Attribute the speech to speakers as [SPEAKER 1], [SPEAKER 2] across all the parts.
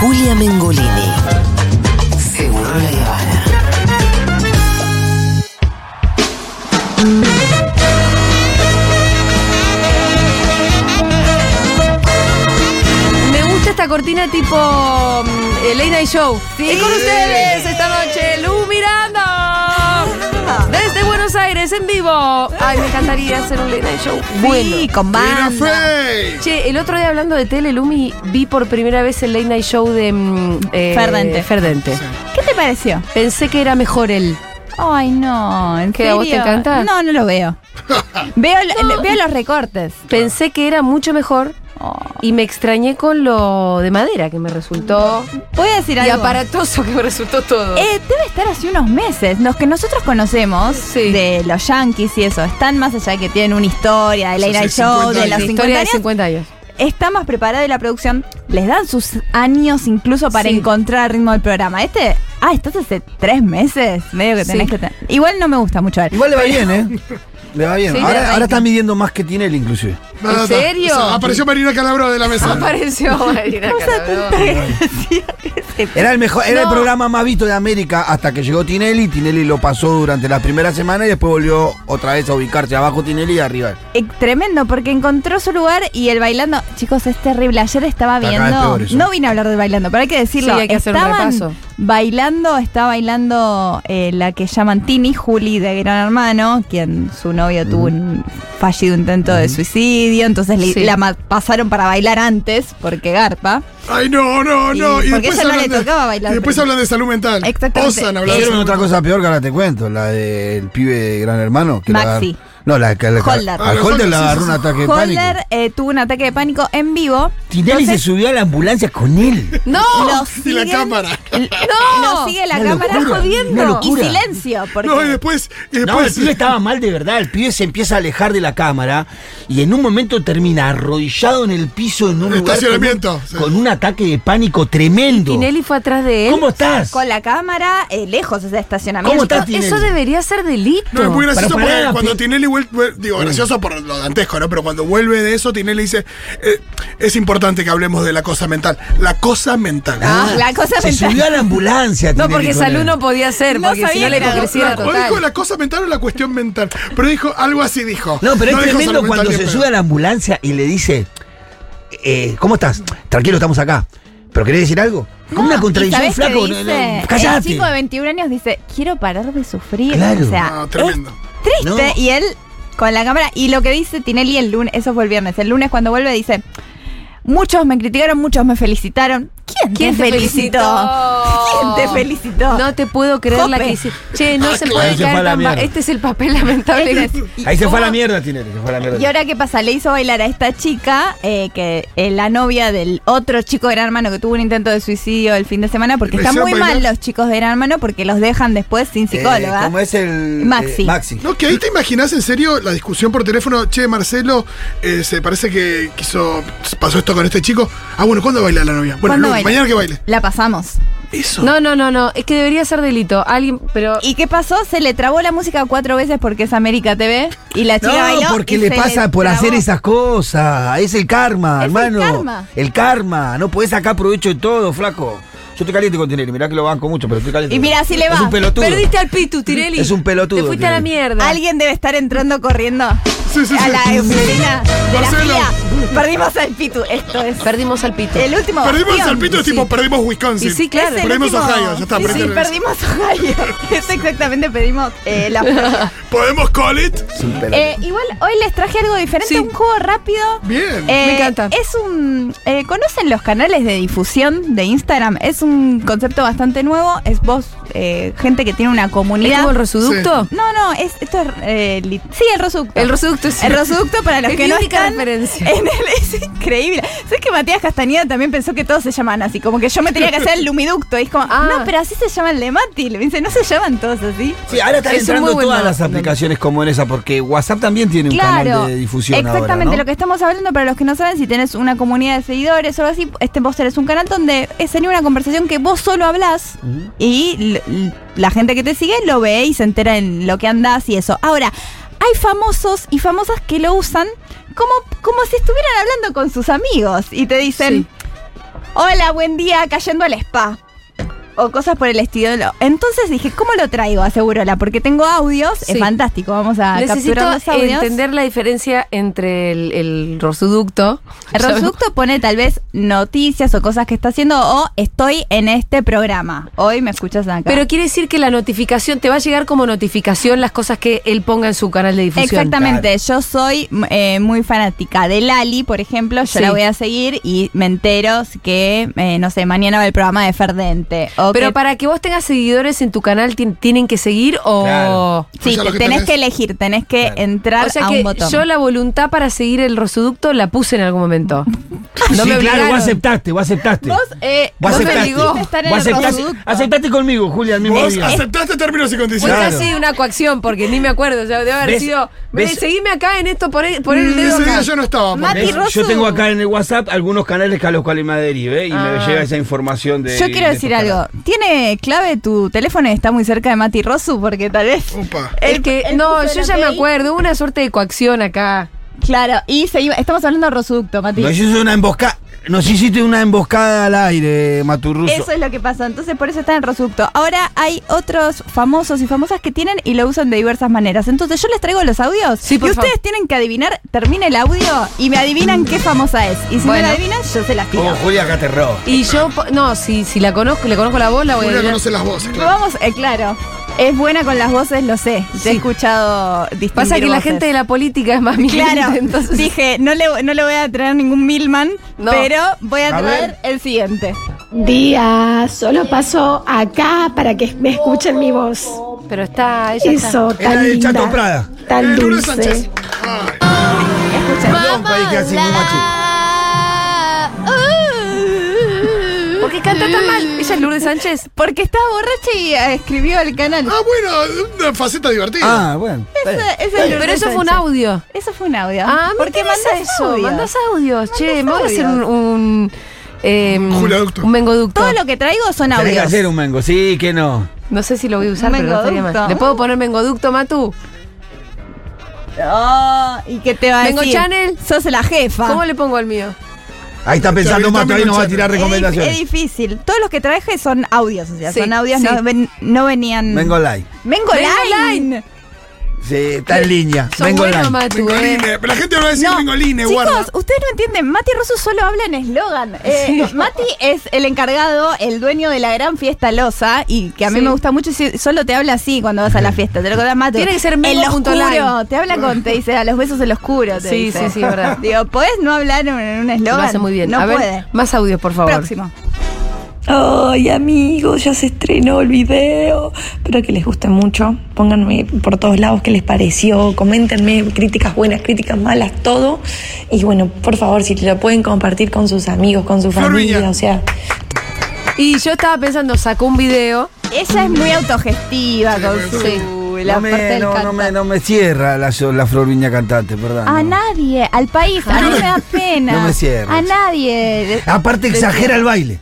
[SPEAKER 1] Julia Mengolini. Seguro la Habana.
[SPEAKER 2] Me gusta esta cortina tipo mm, eh, Late Night Show. Y con ustedes esta noche, Lu Miranda. Desde Buenos Aires, en vivo. Ay, me encantaría hacer un Late Night Show. Bueno.
[SPEAKER 3] Sí, con banda.
[SPEAKER 4] Face.
[SPEAKER 2] Che, el otro día hablando de tele, Lumi, vi por primera vez el Late Night Show de... mm, eh,
[SPEAKER 3] Ferdente.
[SPEAKER 2] Ferdente.
[SPEAKER 3] ¿Qué te pareció?
[SPEAKER 2] Pensé que era mejor él.
[SPEAKER 3] Ay, no. ¿en
[SPEAKER 2] ¿Qué, a vos te
[SPEAKER 3] serio?
[SPEAKER 2] encanta?
[SPEAKER 3] No, no lo veo. veo, lo- le- veo los recortes.
[SPEAKER 2] Pensé que era mucho mejor
[SPEAKER 3] Oh.
[SPEAKER 2] y me extrañé con lo de madera que me resultó.
[SPEAKER 3] Voy a decir
[SPEAKER 2] Y
[SPEAKER 3] algo.
[SPEAKER 2] aparatoso que me resultó todo.
[SPEAKER 3] Eh, debe estar hace unos meses. Los que nosotros conocemos
[SPEAKER 2] Sí.
[SPEAKER 3] de los Yankees y eso, están más allá de que tienen una historia, del
[SPEAKER 4] Sí,
[SPEAKER 3] Late
[SPEAKER 4] sí,
[SPEAKER 3] Night Show,
[SPEAKER 4] 50
[SPEAKER 3] de los
[SPEAKER 4] años.
[SPEAKER 2] La
[SPEAKER 3] 50
[SPEAKER 2] historia de
[SPEAKER 3] años.
[SPEAKER 2] 50 años.
[SPEAKER 3] Está más preparada de la producción. Les dan sus años incluso para
[SPEAKER 2] Sí.
[SPEAKER 3] encontrar el ritmo del programa. Este, ah, estás hace tres meses. Medio que
[SPEAKER 2] Sí.
[SPEAKER 3] tenés que tener. Igual no me gusta mucho ver.
[SPEAKER 5] Igual le va bien, ¿eh? Le va bien.
[SPEAKER 2] Sí, le va
[SPEAKER 5] ahora,
[SPEAKER 2] bien.
[SPEAKER 5] ahora está midiendo más que tiene él, inclusive.
[SPEAKER 4] No, no, no.
[SPEAKER 2] serio?
[SPEAKER 4] O sea, apareció Marina Calabro de la mesa.
[SPEAKER 3] Ah,
[SPEAKER 2] Apareció Marina Calabró.
[SPEAKER 5] Era el mejor, era
[SPEAKER 2] No.
[SPEAKER 5] el programa más visto de América hasta que llegó Tinelli. Tinelli lo pasó durante las primeras semanas y después volvió otra vez a ubicarse abajo Tinelli y arriba. él.
[SPEAKER 3] Eh, tremendo, porque encontró su lugar y el bailando. Chicos, es terrible. Ayer estaba
[SPEAKER 5] Está cada vez
[SPEAKER 3] viendo.
[SPEAKER 5] peor eso.
[SPEAKER 3] No vine a hablar del bailando, pero hay que decirlo.
[SPEAKER 2] Sí, hay que hacer un
[SPEAKER 3] Estaban
[SPEAKER 2] repaso.
[SPEAKER 3] Bailando, está bailando eh, la que llaman Tini, Juli de Gran Hermano, quien su novio tuvo un fallido intento de suicidio. Entonces le-
[SPEAKER 2] Sí.
[SPEAKER 3] la ma- pasaron para bailar antes, porque garpa.
[SPEAKER 4] Ay, no, no, no.
[SPEAKER 3] Y-
[SPEAKER 4] Y,
[SPEAKER 3] porque ella
[SPEAKER 4] después
[SPEAKER 3] no le
[SPEAKER 4] hablan de-
[SPEAKER 3] tocaba bailar
[SPEAKER 4] Y después
[SPEAKER 3] primero.
[SPEAKER 4] hablan de salud mental.
[SPEAKER 3] Exactamente.
[SPEAKER 4] Osan hablar de
[SPEAKER 5] Hicieron
[SPEAKER 4] salud
[SPEAKER 5] otra
[SPEAKER 4] mental.
[SPEAKER 5] cosa peor que ahora te cuento, la del pibe de Gran Hermano. Que lo
[SPEAKER 3] Maxi.
[SPEAKER 5] agar- No, la que la-
[SPEAKER 3] Holder.
[SPEAKER 5] Al Holder le
[SPEAKER 4] Ah,
[SPEAKER 5] agarró
[SPEAKER 4] sí,
[SPEAKER 5] un
[SPEAKER 4] sí, sí.
[SPEAKER 5] ataque de pánico.
[SPEAKER 3] Holder eh, tuvo un ataque de pánico en vivo.
[SPEAKER 5] Tinelli
[SPEAKER 3] Entonces,
[SPEAKER 5] se subió a la ambulancia con él.
[SPEAKER 2] ¡No!
[SPEAKER 3] lo
[SPEAKER 4] Y la
[SPEAKER 3] siguen-
[SPEAKER 4] cámara.
[SPEAKER 3] No, lo sigue la
[SPEAKER 5] Una
[SPEAKER 3] cámara
[SPEAKER 5] locura, una
[SPEAKER 3] jodiendo. Y
[SPEAKER 5] locura.
[SPEAKER 3] silencio, porque
[SPEAKER 4] No, y después. Y pues,
[SPEAKER 6] No, el
[SPEAKER 4] después
[SPEAKER 6] pibe estaba mal de verdad. El pibe se empieza a alejar de la cámara y en un momento termina arrodillado en el piso en un lugar con un,
[SPEAKER 4] Estacionamiento, sí.
[SPEAKER 6] con un ataque de pánico tremendo.
[SPEAKER 2] Tinelli fue atrás de él.
[SPEAKER 6] ¿Cómo estás?
[SPEAKER 3] con la cámara eh, lejos, o sea, estacionamiento.
[SPEAKER 6] ¿Cómo estás, Tinelli?
[SPEAKER 2] Eso debería ser delito.
[SPEAKER 4] No, es muy gracioso
[SPEAKER 6] Pero pará, Mm.
[SPEAKER 4] porque cuando
[SPEAKER 6] pi-
[SPEAKER 4] Tinelli vuelve, digo, gracioso por lo dantesco, ¿no? Pero cuando vuelve de eso, Tinelli dice, eh, es importante que hablemos de la cosa mental. La cosa mental.
[SPEAKER 3] Ah, la cosa
[SPEAKER 6] Se
[SPEAKER 3] mental.
[SPEAKER 6] subió a la ambulancia.
[SPEAKER 2] No,
[SPEAKER 6] Tinelli,
[SPEAKER 2] porque
[SPEAKER 6] con él.
[SPEAKER 2] salud no podía ser,
[SPEAKER 3] No
[SPEAKER 2] porque si
[SPEAKER 3] sabía
[SPEAKER 2] no la
[SPEAKER 3] que era
[SPEAKER 2] hipocresía era
[SPEAKER 4] o dijo
[SPEAKER 2] total.
[SPEAKER 4] la cosa mental o la cuestión mental. Pero dijo, algo así dijo.
[SPEAKER 6] No, pero es
[SPEAKER 4] dijo
[SPEAKER 6] tremendo
[SPEAKER 4] salud
[SPEAKER 6] cuando
[SPEAKER 4] mental
[SPEAKER 6] se
[SPEAKER 4] ni en
[SPEAKER 6] sube a la ambulancia y le dice, eh, ¿cómo estás? Tranquilo, estamos acá. ¿Pero querés decir algo? Como una contradicción,
[SPEAKER 3] ¿Y sabés qué
[SPEAKER 6] flaco. no,
[SPEAKER 3] dice?
[SPEAKER 6] no,
[SPEAKER 3] El
[SPEAKER 6] callate.
[SPEAKER 3] chico de 21 años dice, quiero parar de sufrir.
[SPEAKER 6] Claro.
[SPEAKER 3] O sea,
[SPEAKER 4] pedo. No, tremendo.
[SPEAKER 3] es triste.
[SPEAKER 6] No.
[SPEAKER 3] Y él con la cámara. Y lo que dice Tinelli el lunes, eso fue el viernes. El lunes cuando vuelve dice, muchos me criticaron, muchos me felicitaron. ¿Quién, te, felicitó? ¿Quién te felicitó?
[SPEAKER 2] No te puedo creer la
[SPEAKER 3] Jope.
[SPEAKER 2] que hice. Che, no
[SPEAKER 4] Ah,
[SPEAKER 2] se
[SPEAKER 4] claro.
[SPEAKER 2] puede
[SPEAKER 6] Ahí se
[SPEAKER 2] caer
[SPEAKER 6] fue a la
[SPEAKER 2] tan ba-
[SPEAKER 6] mierda.
[SPEAKER 2] Este es el papel lamentable. que-
[SPEAKER 3] Este es-
[SPEAKER 6] Ahí se fue a
[SPEAKER 3] ¿cómo?
[SPEAKER 6] la mierda, Tinelli. Se fue a la mierda.
[SPEAKER 3] Y ahora qué pasa, le hizo bailar a esta chica, eh, que es la novia del otro chico de Gran Hermano que tuvo un intento de suicidio el fin de semana, porque
[SPEAKER 4] ¿Le
[SPEAKER 3] están
[SPEAKER 4] hicieron
[SPEAKER 3] muy mal
[SPEAKER 4] bailar?
[SPEAKER 3] los chicos de Gran Hermano porque los dejan después sin
[SPEAKER 5] Eh,
[SPEAKER 3] psicóloga.
[SPEAKER 5] como es el. eh,
[SPEAKER 3] Maxi.
[SPEAKER 5] Maxi.
[SPEAKER 4] No, que ahí te imaginás en serio la discusión por teléfono, che, Marcelo, eh, se parece que quiso, pasó esto con este chico. Ah, bueno, ¿cuándo baila la novia? Bueno,
[SPEAKER 3] ¿Cuándo
[SPEAKER 4] Lu,
[SPEAKER 3] baila?
[SPEAKER 4] mañana que baile.
[SPEAKER 3] La pasamos.
[SPEAKER 4] Eso.
[SPEAKER 2] No, no, no, no. Es que debería ser delito. Alguien, pero.
[SPEAKER 3] ¿Y qué pasó? Se le trabó la música cuatro veces porque es América TV y la chica bailó.
[SPEAKER 5] No, porque
[SPEAKER 3] y
[SPEAKER 5] le
[SPEAKER 3] se
[SPEAKER 5] pasa por
[SPEAKER 3] trabó.
[SPEAKER 5] hacer esas cosas. Es el karma,
[SPEAKER 3] Es el
[SPEAKER 5] hermano.
[SPEAKER 3] karma.
[SPEAKER 5] El karma. No podés sacar provecho de todo, flaco. Yo estoy caliente con Tinelli. Mirá que lo banco mucho, pero estoy caliente.
[SPEAKER 3] Y mira, así le
[SPEAKER 5] Es
[SPEAKER 3] va.
[SPEAKER 5] un pelotudo.
[SPEAKER 2] Perdiste al Pitu, Tinelli.
[SPEAKER 5] Es un pelotudo,
[SPEAKER 2] Te fuiste a la
[SPEAKER 5] Tinelli.
[SPEAKER 2] mierda.
[SPEAKER 3] Alguien debe estar entrando corriendo
[SPEAKER 4] Sí, sí,
[SPEAKER 3] a
[SPEAKER 4] sí.
[SPEAKER 3] la oficina de la
[SPEAKER 4] Marcelo.
[SPEAKER 3] FIA. Perdimos al Pitu. Esto es
[SPEAKER 2] Perdimos al Pitu.
[SPEAKER 3] el último.
[SPEAKER 4] Perdimos el
[SPEAKER 3] bastión.
[SPEAKER 4] salpito, es tipo, perdimos Wisconsin.
[SPEAKER 2] Y sí, claro.
[SPEAKER 3] Es el
[SPEAKER 4] Perdimos
[SPEAKER 3] último-
[SPEAKER 4] Ohio, ya está,
[SPEAKER 3] Sí, sí,
[SPEAKER 4] perdimos.
[SPEAKER 3] perdimos Ohio. Es exactamente, pedimos eh, la Florida.
[SPEAKER 4] ¿Podemos call it?
[SPEAKER 5] Es un pelotudo.
[SPEAKER 3] Eh, Igual hoy les traje algo diferente,
[SPEAKER 2] Sí.
[SPEAKER 3] un juego rápido.
[SPEAKER 4] Bien.
[SPEAKER 3] Eh,
[SPEAKER 2] Me encanta.
[SPEAKER 3] Es un. eh, ¿Conocen los canales de difusión de Instagram? Es un concepto bastante nuevo. Es vos, eh, gente que tiene una
[SPEAKER 2] ¿Es
[SPEAKER 3] comunidad.
[SPEAKER 2] como el resuducto?
[SPEAKER 3] No, no, es, esto es. eh, li- sí, el Rosucto.
[SPEAKER 2] El resuducto sí.
[SPEAKER 3] El Rosucto, para los
[SPEAKER 2] Es
[SPEAKER 3] que
[SPEAKER 2] mi
[SPEAKER 3] no
[SPEAKER 2] única
[SPEAKER 3] están.
[SPEAKER 2] referencia.
[SPEAKER 3] en el- es increíble. ¿Sabes que Matías Castañeda también pensó que todos se llaman así? Como que yo me tenía que hacer el lumiducto. Y es como,
[SPEAKER 2] Ah.
[SPEAKER 3] no, pero así se llama el de Mati. Le dice, no se llaman todos así.
[SPEAKER 5] Sí, ahora están
[SPEAKER 2] es un muy
[SPEAKER 5] entrando
[SPEAKER 2] buen
[SPEAKER 5] todas
[SPEAKER 2] dato.
[SPEAKER 5] las aplicaciones como en esa, porque WhatsApp también tiene un canal de difusión
[SPEAKER 3] Exactamente,
[SPEAKER 5] ahora, ¿no?
[SPEAKER 3] lo que estamos hablando, para los que no saben, si tenés una comunidad de seguidores o algo así, este vos tenés un canal donde es sería una conversación que vos solo hablás y l- l- la gente que te sigue lo ve y se entera en lo que andás y eso. Ahora, hay famosos y famosas que lo usan como, como si estuvieran hablando con sus amigos y te dicen. hola, buen día, cayendo al spa. O cosas por el estilo. Entonces dije, ¿cómo lo traigo a Segurola? Porque tengo audios,
[SPEAKER 2] Sí.
[SPEAKER 3] es fantástico, vamos a capturar los
[SPEAKER 2] Necesito
[SPEAKER 3] Ah, audios.
[SPEAKER 2] entender la diferencia entre el, el rosuducto.
[SPEAKER 3] El Rosucto pone tal vez noticias o cosas que está haciendo o estoy en este programa. Hoy me escuchas acá.
[SPEAKER 2] Pero quiere decir que la notificación, te va a llegar como notificación las cosas que él ponga en su canal de difusión.
[SPEAKER 3] Exactamente, yo soy m- eh, muy fanática de Lali, por ejemplo, yo
[SPEAKER 2] Sí.
[SPEAKER 3] la voy a seguir y me entero que, eh, no sé, mañana va el programa de Ferdente. o
[SPEAKER 2] Pero
[SPEAKER 3] que-
[SPEAKER 2] para que vos tengas seguidores en tu canal, ti- ¿tienen que seguir o...?
[SPEAKER 6] Claro.
[SPEAKER 3] Sí, te-
[SPEAKER 4] Ya lo que
[SPEAKER 3] tenés
[SPEAKER 4] tenés.
[SPEAKER 3] que elegir, tenés que
[SPEAKER 6] Claro.
[SPEAKER 3] entrar
[SPEAKER 2] O sea
[SPEAKER 3] a
[SPEAKER 2] que
[SPEAKER 3] un botón.
[SPEAKER 2] yo la voluntad para seguir el rosuducto la puse en algún momento. No
[SPEAKER 6] sí,
[SPEAKER 2] me
[SPEAKER 6] claro,
[SPEAKER 2] obligaron.
[SPEAKER 6] vos aceptaste, vos aceptaste.
[SPEAKER 3] Vos, eh,
[SPEAKER 6] Vos
[SPEAKER 2] vos me
[SPEAKER 6] aceptaste.
[SPEAKER 2] obligó a
[SPEAKER 3] estar en
[SPEAKER 6] Vos
[SPEAKER 3] el
[SPEAKER 6] aceptaste,
[SPEAKER 3] producto.
[SPEAKER 6] aceptaste conmigo, Julia, al mismo
[SPEAKER 4] Vos
[SPEAKER 6] día.
[SPEAKER 4] aceptaste términos y
[SPEAKER 2] Fue
[SPEAKER 4] condiciones.
[SPEAKER 2] casi una coacción, porque ni me acuerdo. O sea, debe haber
[SPEAKER 6] ¿Ves?
[SPEAKER 2] sido.
[SPEAKER 6] ¿Ves? Mm,
[SPEAKER 2] "Ven, Seguime acá en esto, poner, poner el dedo
[SPEAKER 4] Mm, Ese día
[SPEAKER 2] acá.
[SPEAKER 4] yo no estaba.
[SPEAKER 3] Mati
[SPEAKER 4] porque-
[SPEAKER 6] ¿Ves?
[SPEAKER 3] Rosu.
[SPEAKER 6] Yo tengo acá en el WhatsApp algunos canales que a los cuales me derive y me llega esa información de.
[SPEAKER 3] Yo quiero
[SPEAKER 6] de
[SPEAKER 3] decir
[SPEAKER 6] estos canales.
[SPEAKER 3] algo. ¿Tiene clave tu teléfono y está muy cerca de Mati Rosu? Porque tal vez.
[SPEAKER 4] Upa.
[SPEAKER 2] El que,
[SPEAKER 3] Él
[SPEAKER 2] no,
[SPEAKER 3] puso
[SPEAKER 2] yo
[SPEAKER 3] el
[SPEAKER 2] ya me
[SPEAKER 3] ok.
[SPEAKER 2] acuerdo, hubo una suerte de coacción acá.
[SPEAKER 3] Claro, y seguimos- estamos hablando de Rosuducto, Mati.
[SPEAKER 5] Nos hiciste una emboscada. Nos hiciste una emboscada al aire, Maturruso.
[SPEAKER 3] Eso es lo que pasó, entonces por eso está en Rosucto. Ahora hay otros famosos y famosas que tienen y lo usan de diversas maneras. Entonces yo les traigo los audios
[SPEAKER 2] Sí, por
[SPEAKER 3] y ustedes
[SPEAKER 2] favor.
[SPEAKER 3] tienen que adivinar, termina el audio y me adivinan qué famosa es. Y si
[SPEAKER 2] Bueno.
[SPEAKER 3] no la adivinan, yo se las tiro.
[SPEAKER 5] Oh, Julia acá te roba.
[SPEAKER 2] Y yo, po- no, si, si la conozco, le conozco la voz, la voy a
[SPEAKER 4] Julia
[SPEAKER 2] adivinar.
[SPEAKER 4] conoce las voces,
[SPEAKER 3] Lo
[SPEAKER 4] claro.
[SPEAKER 3] Vamos, eh, claro. Es buena con las voces, lo sé. Te he escuchado distinguir
[SPEAKER 2] Pasa que la
[SPEAKER 3] voces.
[SPEAKER 2] gente de la política es más militante,
[SPEAKER 3] Claro,
[SPEAKER 2] entonces.
[SPEAKER 3] dije, no le, no le voy a traer ningún Milman,
[SPEAKER 2] No.
[SPEAKER 3] pero voy a
[SPEAKER 5] A
[SPEAKER 3] traer el siguiente.
[SPEAKER 7] Día, solo paso acá para que me escuchen mi voz.
[SPEAKER 2] Pero está, ella está.
[SPEAKER 7] Eso,
[SPEAKER 5] Era
[SPEAKER 7] tan
[SPEAKER 5] el
[SPEAKER 7] linda,
[SPEAKER 5] Chato Prada.
[SPEAKER 4] Eh,
[SPEAKER 7] tan
[SPEAKER 4] Lourdes
[SPEAKER 7] dulce.
[SPEAKER 4] Sánchez. Ay.
[SPEAKER 3] Escuchen.
[SPEAKER 5] Perdón, país que así muy
[SPEAKER 3] Ah,
[SPEAKER 5] macho.
[SPEAKER 2] Ah, ¿Por qué canta tan mal? ¿Ella es Lourdes Sánchez?
[SPEAKER 3] Porque estaba borracha y eh, escribió al canal.
[SPEAKER 4] Ah, bueno, una faceta divertida.
[SPEAKER 5] Ah, bueno. está bien.
[SPEAKER 3] Esa- esa es
[SPEAKER 2] Pero
[SPEAKER 3] Lourdes
[SPEAKER 2] eso fue un
[SPEAKER 3] Sánchez.
[SPEAKER 2] audio.
[SPEAKER 3] Eso fue un audio.
[SPEAKER 2] Ah,
[SPEAKER 3] ¿Por qué
[SPEAKER 2] mandas
[SPEAKER 3] mandas
[SPEAKER 2] eso?
[SPEAKER 3] audio?
[SPEAKER 2] Mandas audios, che. Me voy a
[SPEAKER 3] audios.
[SPEAKER 2] hacer un. un eh,
[SPEAKER 4] Juliaducto.
[SPEAKER 2] Un mengoducto.
[SPEAKER 3] Todo lo que traigo son
[SPEAKER 5] Tenés que
[SPEAKER 3] audios.
[SPEAKER 5] hacer un mango, sí, que no.
[SPEAKER 2] No sé si lo voy a usar,
[SPEAKER 3] Un
[SPEAKER 2] pero no estaría mal.
[SPEAKER 3] mengoducto.
[SPEAKER 2] ¿Le puedo poner mengoducto, Matu?
[SPEAKER 3] Oh, ¿Y qué te va a
[SPEAKER 2] Vengo
[SPEAKER 3] decir?
[SPEAKER 2] Channel.
[SPEAKER 3] Sos la jefa.
[SPEAKER 2] ¿Cómo le pongo el mío?
[SPEAKER 5] Ahí está pensando Mato, ahí nos va a tirar
[SPEAKER 3] Es dif-
[SPEAKER 5] recomendaciones.
[SPEAKER 3] Es, difícil. Todos los que traje son audios. O sea,
[SPEAKER 2] Sí,
[SPEAKER 3] son audios,
[SPEAKER 2] sí.
[SPEAKER 3] no, ven- no venían.
[SPEAKER 5] Vengo live.
[SPEAKER 3] Vengo
[SPEAKER 2] Vengo
[SPEAKER 3] line.
[SPEAKER 5] Sí, está en línea.
[SPEAKER 2] Sos
[SPEAKER 5] Vengo
[SPEAKER 2] bueno,
[SPEAKER 5] live.
[SPEAKER 2] Matu. eh.
[SPEAKER 4] Ringoline. Pero la gente no va a decir
[SPEAKER 3] No,
[SPEAKER 4] Ringoline,
[SPEAKER 3] Chicos,
[SPEAKER 4] guarda.
[SPEAKER 3] ustedes no entienden. Mati Rosso solo habla en eslogan. Eh, Mati es el encargado, el dueño de la gran fiesta Loza y que a mí
[SPEAKER 2] Sí.
[SPEAKER 3] me gusta mucho. y si- Solo te habla así cuando vas a la fiesta. Te lo contás, Mati.
[SPEAKER 2] Tiene que ser
[SPEAKER 3] el
[SPEAKER 2] Mingo punto
[SPEAKER 3] oscuro.
[SPEAKER 2] live.
[SPEAKER 3] Te habla con, te dice, a los besos el oscuro. Te
[SPEAKER 2] Sí,
[SPEAKER 3] dice.
[SPEAKER 2] sí, sí, es verdad.
[SPEAKER 3] Digo, ¿podés no hablar en un
[SPEAKER 2] Lo
[SPEAKER 3] eslogan?
[SPEAKER 2] hace muy bien.
[SPEAKER 3] No
[SPEAKER 2] a ver,
[SPEAKER 3] puede.
[SPEAKER 2] más audios, por favor.
[SPEAKER 3] Próximo.
[SPEAKER 8] Ay, amigos, ya se estrenó el video. Espero que les guste mucho. Pónganme por todos lados qué les pareció. Coméntenme críticas buenas, críticas malas, todo. Y bueno, por favor, si lo pueden compartir con sus amigos, con su
[SPEAKER 4] Flor Viña.
[SPEAKER 8] familia, o sea,
[SPEAKER 2] Y yo estaba pensando, sacó un video.
[SPEAKER 3] Ella es muy autogestiva con su. La
[SPEAKER 5] No
[SPEAKER 3] parte
[SPEAKER 5] me,
[SPEAKER 3] del
[SPEAKER 5] no,
[SPEAKER 3] canto.
[SPEAKER 5] no me, no me cierra la, la Flor Viña cantante, perdón.
[SPEAKER 3] A
[SPEAKER 5] no.
[SPEAKER 3] nadie, al país, a mí me da pena.
[SPEAKER 5] No me cierres.
[SPEAKER 3] A nadie.
[SPEAKER 5] Aparte exagera el baile.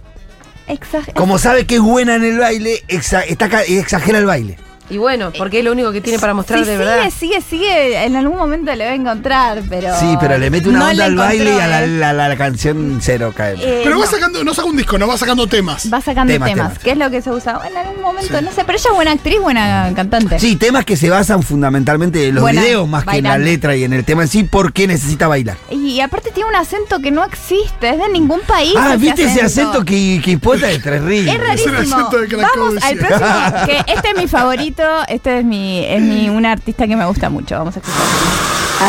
[SPEAKER 3] Exager-
[SPEAKER 5] Como sabe que es buena en el baile, exa- está ca- exagera el baile.
[SPEAKER 2] Y bueno,
[SPEAKER 9] Eh,
[SPEAKER 2] porque es lo único que tiene para mostrar
[SPEAKER 3] Sí,
[SPEAKER 2] de
[SPEAKER 3] sigue,
[SPEAKER 2] verdad.
[SPEAKER 3] sigue, sigue. En algún momento le va a encontrar, pero.
[SPEAKER 5] Sí, pero le mete una
[SPEAKER 3] no
[SPEAKER 5] onda
[SPEAKER 3] la
[SPEAKER 5] al baile y a la,
[SPEAKER 3] encontró,
[SPEAKER 5] la- la- la canción cero cae.
[SPEAKER 3] eh. Eh,
[SPEAKER 4] Pero va
[SPEAKER 3] no,
[SPEAKER 4] sacando, no saca un disco, no va sacando temas.
[SPEAKER 3] va sacando
[SPEAKER 5] Temas,
[SPEAKER 3] temas,
[SPEAKER 5] temas.
[SPEAKER 3] que es lo que se usa. Bueno, en algún momento, no sé, pero ella es buena actriz, buena cantante.
[SPEAKER 5] Sí, temas que se basan fundamentalmente en los
[SPEAKER 3] Buena
[SPEAKER 5] videos más que en la
[SPEAKER 3] bailando.
[SPEAKER 5] letra y en el tema en sí, porque necesita bailar.
[SPEAKER 3] Y, y aparte tiene un acento que no existe, es de ningún país.
[SPEAKER 5] ah, ¿viste ese acento que, que pota de tres ríos?
[SPEAKER 3] Es
[SPEAKER 4] Es el
[SPEAKER 3] rarísimo.
[SPEAKER 4] acento de
[SPEAKER 3] Vamos
[SPEAKER 4] Cracovia.
[SPEAKER 3] al próximo, que este es mi favorito, este es mi, es mi, un artista que me gusta mucho. Vamos a escuchar.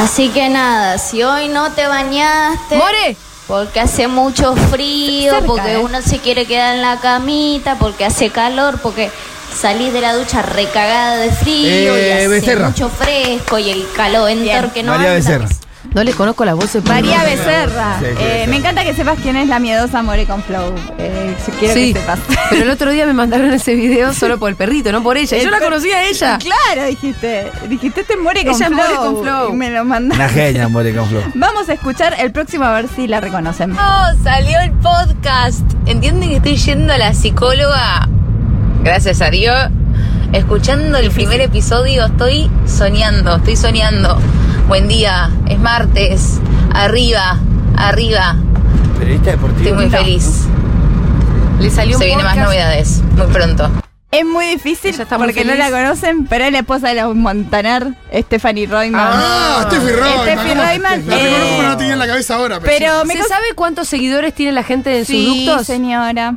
[SPEAKER 10] Así que nada, si hoy no te bañaste.
[SPEAKER 2] ¡More!
[SPEAKER 10] Porque hace mucho frío,
[SPEAKER 3] Cerca,
[SPEAKER 10] porque
[SPEAKER 3] eh.
[SPEAKER 10] uno se quiere quedar en la camita, porque hace calor, porque salís de la ducha recagada de frío
[SPEAKER 5] Eh,
[SPEAKER 10] y hace
[SPEAKER 5] Becerra.
[SPEAKER 10] mucho fresco y el calor entor que no
[SPEAKER 5] María
[SPEAKER 10] anda,
[SPEAKER 5] Becerra.
[SPEAKER 10] pues,
[SPEAKER 2] No le conozco la voz. pero-
[SPEAKER 3] María Becerra.
[SPEAKER 5] Sí, sí,
[SPEAKER 3] Eh,
[SPEAKER 5] sí.
[SPEAKER 3] me encanta que sepas quién es la miedosa More con Flow. Eh, si quiero
[SPEAKER 2] Sí,
[SPEAKER 3] que sepas.
[SPEAKER 2] pero el otro día me mandaron ese video solo por el perrito, no por ella. Y Yo la conocía a ella.
[SPEAKER 3] Claro, dijiste. Dijiste te More con
[SPEAKER 2] Ella es
[SPEAKER 3] Flow.
[SPEAKER 2] More con Flow.
[SPEAKER 3] Y me lo mandaste.
[SPEAKER 5] Una genia, More con Flor.
[SPEAKER 3] Vamos a escuchar el próximo a ver si la reconocen.
[SPEAKER 9] Oh, salió el podcast. ¿Entienden que estoy yendo a la psicóloga? Gracias a Dios. Escuchando el primer episodio, estoy soñando, estoy soñando. Buen día, es martes. Arriba, arriba.
[SPEAKER 5] Periodista deportivo.
[SPEAKER 9] Estoy muy feliz.
[SPEAKER 2] Le salió un
[SPEAKER 9] Se vienen más
[SPEAKER 2] podcast.
[SPEAKER 9] novedades muy pronto.
[SPEAKER 3] Es muy difícil
[SPEAKER 2] Ella está muy
[SPEAKER 3] porque no
[SPEAKER 2] feliz.
[SPEAKER 3] la conocen, pero es la esposa de los Montaner, Stephanie Royman.
[SPEAKER 4] Ah, Steffi Reutemann.
[SPEAKER 3] Steffi Reutemann,
[SPEAKER 4] La
[SPEAKER 3] eh,
[SPEAKER 4] reconozco, pero no la tenía en la cabeza ahora.
[SPEAKER 3] Pero me
[SPEAKER 2] ¿Se
[SPEAKER 3] cos-
[SPEAKER 2] sabe cuántos seguidores tiene la gente en
[SPEAKER 3] Sí,
[SPEAKER 2] sus ductos?
[SPEAKER 3] señora.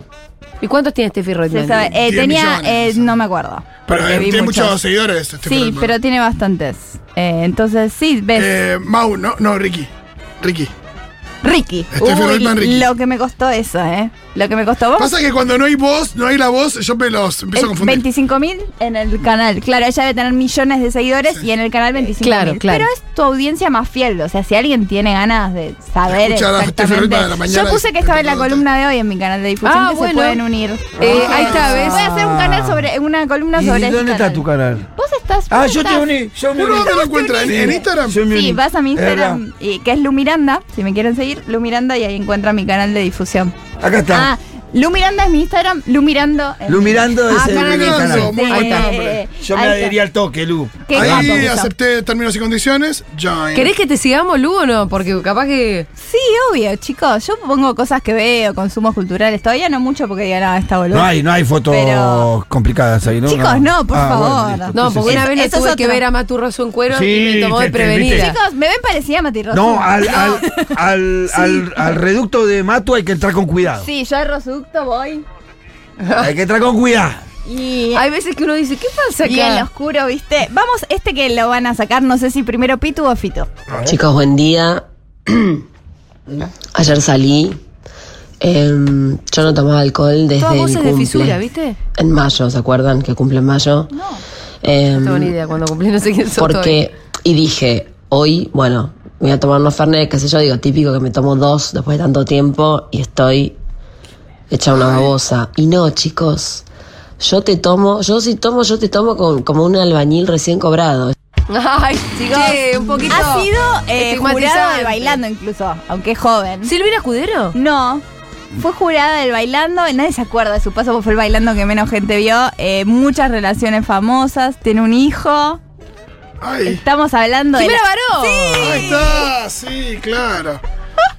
[SPEAKER 2] ¿Y cuántos tiene Steffi
[SPEAKER 3] Se
[SPEAKER 2] Reutemann?
[SPEAKER 3] sabe. Eh,
[SPEAKER 4] 10
[SPEAKER 3] tenía,
[SPEAKER 4] millones,
[SPEAKER 3] eh,
[SPEAKER 4] quizás.
[SPEAKER 3] no me acuerdo.
[SPEAKER 4] Pero, eh,
[SPEAKER 3] Porque vi
[SPEAKER 4] tiene muchos,
[SPEAKER 3] muchos.
[SPEAKER 4] seguidores. Steffi
[SPEAKER 3] Sí,
[SPEAKER 4] Reutemann.
[SPEAKER 3] pero tiene bastantes. Eh, entonces, sí, ves.
[SPEAKER 4] Eh, Mau, no, no, Ricky. Ricky.
[SPEAKER 3] Ricky.
[SPEAKER 4] Steffi Reutemann, Ricky.
[SPEAKER 3] Lo que me costó eso, ¿eh? Lo que me costó vos.
[SPEAKER 4] Pasa que cuando no hay voz, no hay la voz, yo me los empiezo a confundir.
[SPEAKER 3] 25.000 en el canal. Claro, ella debe tener millones de seguidores y en el canal 25.000.
[SPEAKER 2] Claro, claro.
[SPEAKER 3] Pero es tu audiencia más fiel. O sea, si alguien tiene ganas de saber
[SPEAKER 4] Escuchar a Steffi
[SPEAKER 3] exactamente.
[SPEAKER 4] Reutemann de la mañana
[SPEAKER 3] Yo puse que
[SPEAKER 4] y-
[SPEAKER 3] estaba en la
[SPEAKER 4] te- te-
[SPEAKER 3] columna de hoy en mi canal de difusión
[SPEAKER 2] Ah,
[SPEAKER 3] que
[SPEAKER 2] bueno.
[SPEAKER 3] se pueden unir.
[SPEAKER 2] Eh, ahí está, ¿ves?
[SPEAKER 3] Voy a hacer un
[SPEAKER 4] Ah.
[SPEAKER 3] canal sobre una columna
[SPEAKER 5] ¿Y
[SPEAKER 3] sobre este
[SPEAKER 5] dónde está
[SPEAKER 3] canal.
[SPEAKER 5] tu canal?
[SPEAKER 3] Vos estás
[SPEAKER 5] Ah,
[SPEAKER 3] vos
[SPEAKER 5] yo te
[SPEAKER 3] estás-
[SPEAKER 5] uní. Yo me
[SPEAKER 4] ¿Uno
[SPEAKER 5] uní.
[SPEAKER 4] dónde lo encuentra? ¿En, en Instagram?
[SPEAKER 5] Yo me uní.
[SPEAKER 3] Sí, vas a mi
[SPEAKER 5] Es verdad.
[SPEAKER 3] Instagram, y, que es Lu Miranda, si me quieren seguir, Lu Miranda, y ahí encuentran mi canal de difusión.
[SPEAKER 5] Acá está.
[SPEAKER 3] Ah, Lu Miranda es mi Instagram, Lu Mirando. es
[SPEAKER 5] Lu
[SPEAKER 3] mi-
[SPEAKER 5] Mirando es
[SPEAKER 3] Ah,
[SPEAKER 5] el
[SPEAKER 3] canal de
[SPEAKER 5] mi canal.
[SPEAKER 3] difusión,
[SPEAKER 4] Muy
[SPEAKER 3] sí,
[SPEAKER 4] buen
[SPEAKER 3] eh,
[SPEAKER 4] nombre.
[SPEAKER 3] eh,
[SPEAKER 5] Yo me
[SPEAKER 3] ahí está.
[SPEAKER 5] adherí al toque, Lu.
[SPEAKER 3] Qué guapo
[SPEAKER 4] Ahí
[SPEAKER 3] que sos.
[SPEAKER 4] acepté términos y condiciones. Join.
[SPEAKER 2] ¿Querés que te sigamos, Lugo, o no? Porque capaz que...
[SPEAKER 3] Sí, obvio, chicos. Yo pongo cosas que veo, consumos culturales. Todavía no mucho porque digan, ah, está boludo.
[SPEAKER 5] No hay, no hay fotos
[SPEAKER 3] Pero-
[SPEAKER 5] complicadas ahí, ¿no? Ah,
[SPEAKER 3] Chicos, no, por favor.
[SPEAKER 5] listo.
[SPEAKER 2] No,
[SPEAKER 5] Sí, sí,
[SPEAKER 2] porque
[SPEAKER 5] sí.
[SPEAKER 2] una vez
[SPEAKER 3] Eso
[SPEAKER 2] lo
[SPEAKER 3] es
[SPEAKER 2] tuve que
[SPEAKER 3] otro.
[SPEAKER 2] ver a Matu Rosso en cuero y
[SPEAKER 5] Sí,
[SPEAKER 2] me tomó
[SPEAKER 5] te-
[SPEAKER 2] de
[SPEAKER 5] te- viste.
[SPEAKER 2] prevenida.
[SPEAKER 3] Chicos, me ven parecida a Mati Rosu.
[SPEAKER 5] No, ah. al, al, al, al, al reducto de Matu hay que entrar con cuidado.
[SPEAKER 3] Sí, yo al Rosuducto voy.
[SPEAKER 5] Hay que entrar con cuidado.
[SPEAKER 3] Y,
[SPEAKER 2] Hay veces que uno dice, ¿qué pasa acá?
[SPEAKER 3] y en lo oscuro, ¿viste? Vamos, este que lo van a sacar, no sé si primero Pitu o Fito.
[SPEAKER 11] Chicos, buen día. Ayer salí. em, yo no tomaba alcohol desde
[SPEAKER 2] Todas
[SPEAKER 11] el
[SPEAKER 2] voces de
[SPEAKER 11] cumple.
[SPEAKER 2] fisura, ¿viste?
[SPEAKER 11] En mayo, ¿se acuerdan? Que cumple en mayo.
[SPEAKER 3] No.
[SPEAKER 11] Em,
[SPEAKER 2] No tengo ni idea, cuando cumplí no sé quién soy.
[SPEAKER 11] porque, y dije, hoy, bueno, voy a tomar unos Fernet, qué sé yo, digo, típico que me tomo dos después de tanto tiempo y estoy hecha una babosa. Y no, chicos, yo te tomo, yo si tomo, yo te tomo con- como un albañil recién cobrado.
[SPEAKER 2] Ay, chicos, un poquito.
[SPEAKER 3] Ha sido eh, jurada
[SPEAKER 2] estigmatizante.
[SPEAKER 3] del bailando incluso, aunque es joven.
[SPEAKER 2] ¿Silvina Escudero?
[SPEAKER 3] No. Fue jurada del bailando, nadie se acuerda de su paso, porque fue el bailando que menos gente vio. eh, muchas relaciones famosas, tiene un hijo.
[SPEAKER 4] Ay,
[SPEAKER 3] Estamos hablando de.
[SPEAKER 2] ¡Jimena
[SPEAKER 3] la-
[SPEAKER 2] Baró!
[SPEAKER 4] ahí está, sí, claro.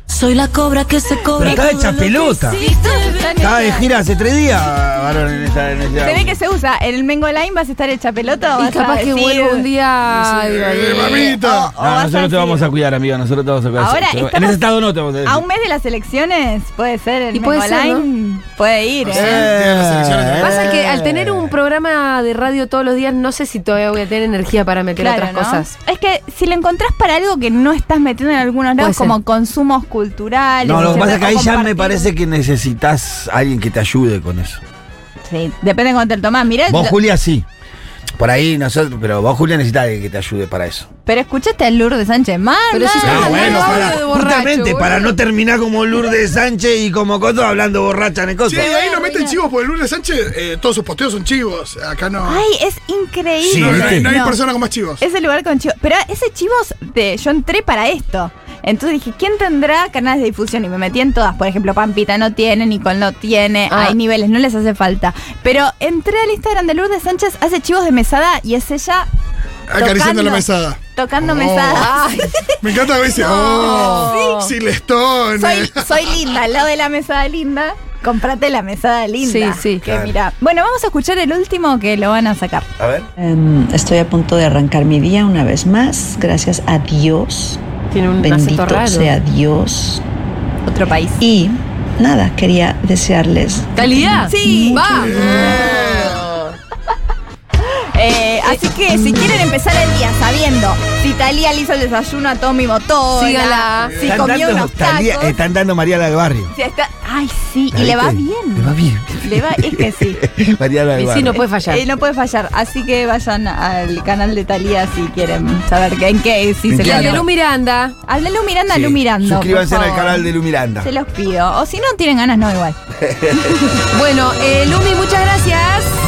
[SPEAKER 1] Soy la cobra que se
[SPEAKER 5] Pero
[SPEAKER 1] cobra.
[SPEAKER 5] está hecha pelota. Estaba de gira hace tres días, varón, en esta. En esta-
[SPEAKER 3] Se ve que se usa. En el Mengo Line vas a estar hecha pelota o
[SPEAKER 2] Y
[SPEAKER 3] vas a
[SPEAKER 2] capaz que
[SPEAKER 3] decir-
[SPEAKER 2] vuelvo un día. al
[SPEAKER 4] Eh,
[SPEAKER 2] baile.
[SPEAKER 4] mamita.
[SPEAKER 3] o vas
[SPEAKER 5] No, Ah, nosotros te
[SPEAKER 3] decir-
[SPEAKER 5] vamos a cuidar, amiga. Nosotros te vamos a cuidar.
[SPEAKER 3] Ahora
[SPEAKER 5] Te- en
[SPEAKER 3] estamos- Ah,
[SPEAKER 5] ese estado no te vamos a decir.
[SPEAKER 3] A un mes de las elecciones puede ser el
[SPEAKER 2] Y
[SPEAKER 3] Mengo
[SPEAKER 2] puede ser,
[SPEAKER 3] Line. Puede ir, ¿eh?
[SPEAKER 4] Tiene las elecciones de-
[SPEAKER 2] Pasa que al tener un programa de radio todos los días, no sé si todavía voy a tener energía para meter
[SPEAKER 3] Claro,
[SPEAKER 2] otras
[SPEAKER 3] ¿no?
[SPEAKER 2] cosas.
[SPEAKER 3] Es que si lo encontrás para algo que no estás metiendo en algunos lados,
[SPEAKER 2] Puede ser.
[SPEAKER 3] como consumos culturales.
[SPEAKER 5] No, lo que pasa es que ahí
[SPEAKER 3] etcétera, o
[SPEAKER 5] ya me
[SPEAKER 3] compartir-
[SPEAKER 5] parece que necesitas alguien que te ayude con eso.
[SPEAKER 3] Sí, depende de cuánto te lo tomás. Mirá,
[SPEAKER 5] Vos,
[SPEAKER 3] lo-
[SPEAKER 5] Julia, sí. Por ahí nosotros, pero vos, Julia, necesitas alguien que te ayude para eso.
[SPEAKER 3] pero escuchaste a Lourdes Sánchez mal.
[SPEAKER 2] Pero si
[SPEAKER 3] mal.
[SPEAKER 6] Ah,
[SPEAKER 2] yo-
[SPEAKER 5] No,
[SPEAKER 2] hablando
[SPEAKER 5] bueno,
[SPEAKER 2] ahora
[SPEAKER 5] para-
[SPEAKER 2] de borracho,
[SPEAKER 5] justamente
[SPEAKER 2] boludo.
[SPEAKER 5] para no terminar como Lourdes Sánchez y como Coto hablando borracha en el coso.
[SPEAKER 4] Sí,
[SPEAKER 3] ah,
[SPEAKER 4] ahí no meten chivos porque Lourdes Sánchez, eh, todos sus posteos son chivos. Acá no.
[SPEAKER 3] Ay, es increíble.
[SPEAKER 5] Sí,
[SPEAKER 4] no, no hay,
[SPEAKER 5] ¿viste?
[SPEAKER 4] no hay
[SPEAKER 3] No.
[SPEAKER 4] persona con más chivos.
[SPEAKER 3] Ese lugar con chivos. Pero ese chivos, de, yo entré para esto. Entonces dije, ¿quién tendrá canales de difusión? Y me metí en todas. Por ejemplo, Pampita no tiene, Nicole no tiene.
[SPEAKER 2] Ah.
[SPEAKER 3] Hay niveles, no les hace falta. Pero entré al Instagram de Lourdes Sánchez, hace chivos de mesada y es ella
[SPEAKER 4] Acariciando Ah, la mesada.
[SPEAKER 3] tocando
[SPEAKER 4] Oh.
[SPEAKER 3] mesada.
[SPEAKER 4] Me encanta que dice, oh, Silestone.
[SPEAKER 3] Soy, soy linda, al lado de la mesada linda. Comprate la mesada linda.
[SPEAKER 2] Sí, sí.
[SPEAKER 3] Que mira. Bueno, vamos a escuchar el último que lo van a sacar.
[SPEAKER 5] A ver.
[SPEAKER 12] Em, estoy a punto de arrancar mi día una vez más, gracias a Dios.
[SPEAKER 2] Tiene un acento
[SPEAKER 12] Bendito
[SPEAKER 2] raro.
[SPEAKER 12] sea Dios.
[SPEAKER 3] Otro país.
[SPEAKER 12] Y nada, quería desearles
[SPEAKER 2] ¿Calidad?
[SPEAKER 3] Sí.
[SPEAKER 2] ¡Va!
[SPEAKER 3] Eh, así que si quieren empezar el día sabiendo si Talía le hizo el desayuno a Tommy Motor,
[SPEAKER 2] Sígala.
[SPEAKER 3] si
[SPEAKER 5] Están
[SPEAKER 3] comió
[SPEAKER 5] dando
[SPEAKER 3] unos
[SPEAKER 5] Talía-
[SPEAKER 3] tacos,
[SPEAKER 5] están dando Mariana del Barrio.
[SPEAKER 3] si está- ay sí,
[SPEAKER 5] ¿La
[SPEAKER 3] y le va
[SPEAKER 5] viste?
[SPEAKER 3] bien.
[SPEAKER 5] Le va bien.
[SPEAKER 3] Le va- es que sí.
[SPEAKER 5] Mariana del
[SPEAKER 2] Y sí,
[SPEAKER 5] Barrio.
[SPEAKER 2] no puede fallar.
[SPEAKER 3] Eh, no puede fallar, así que vayan al canal de Talía si quieren saber que- en qué, si
[SPEAKER 5] En
[SPEAKER 3] se
[SPEAKER 5] qué
[SPEAKER 2] La
[SPEAKER 5] Claro.
[SPEAKER 2] de Lu Miranda.
[SPEAKER 3] Habla Lu Miranda,
[SPEAKER 5] Sí.
[SPEAKER 3] Lu Miranda.
[SPEAKER 5] Suscríbanse
[SPEAKER 3] por
[SPEAKER 5] al
[SPEAKER 3] favor.
[SPEAKER 5] canal de Lu Miranda.
[SPEAKER 3] Se los pido. O si no tienen ganas, no, igual.
[SPEAKER 2] Bueno, eh, Lumi, muchas gracias.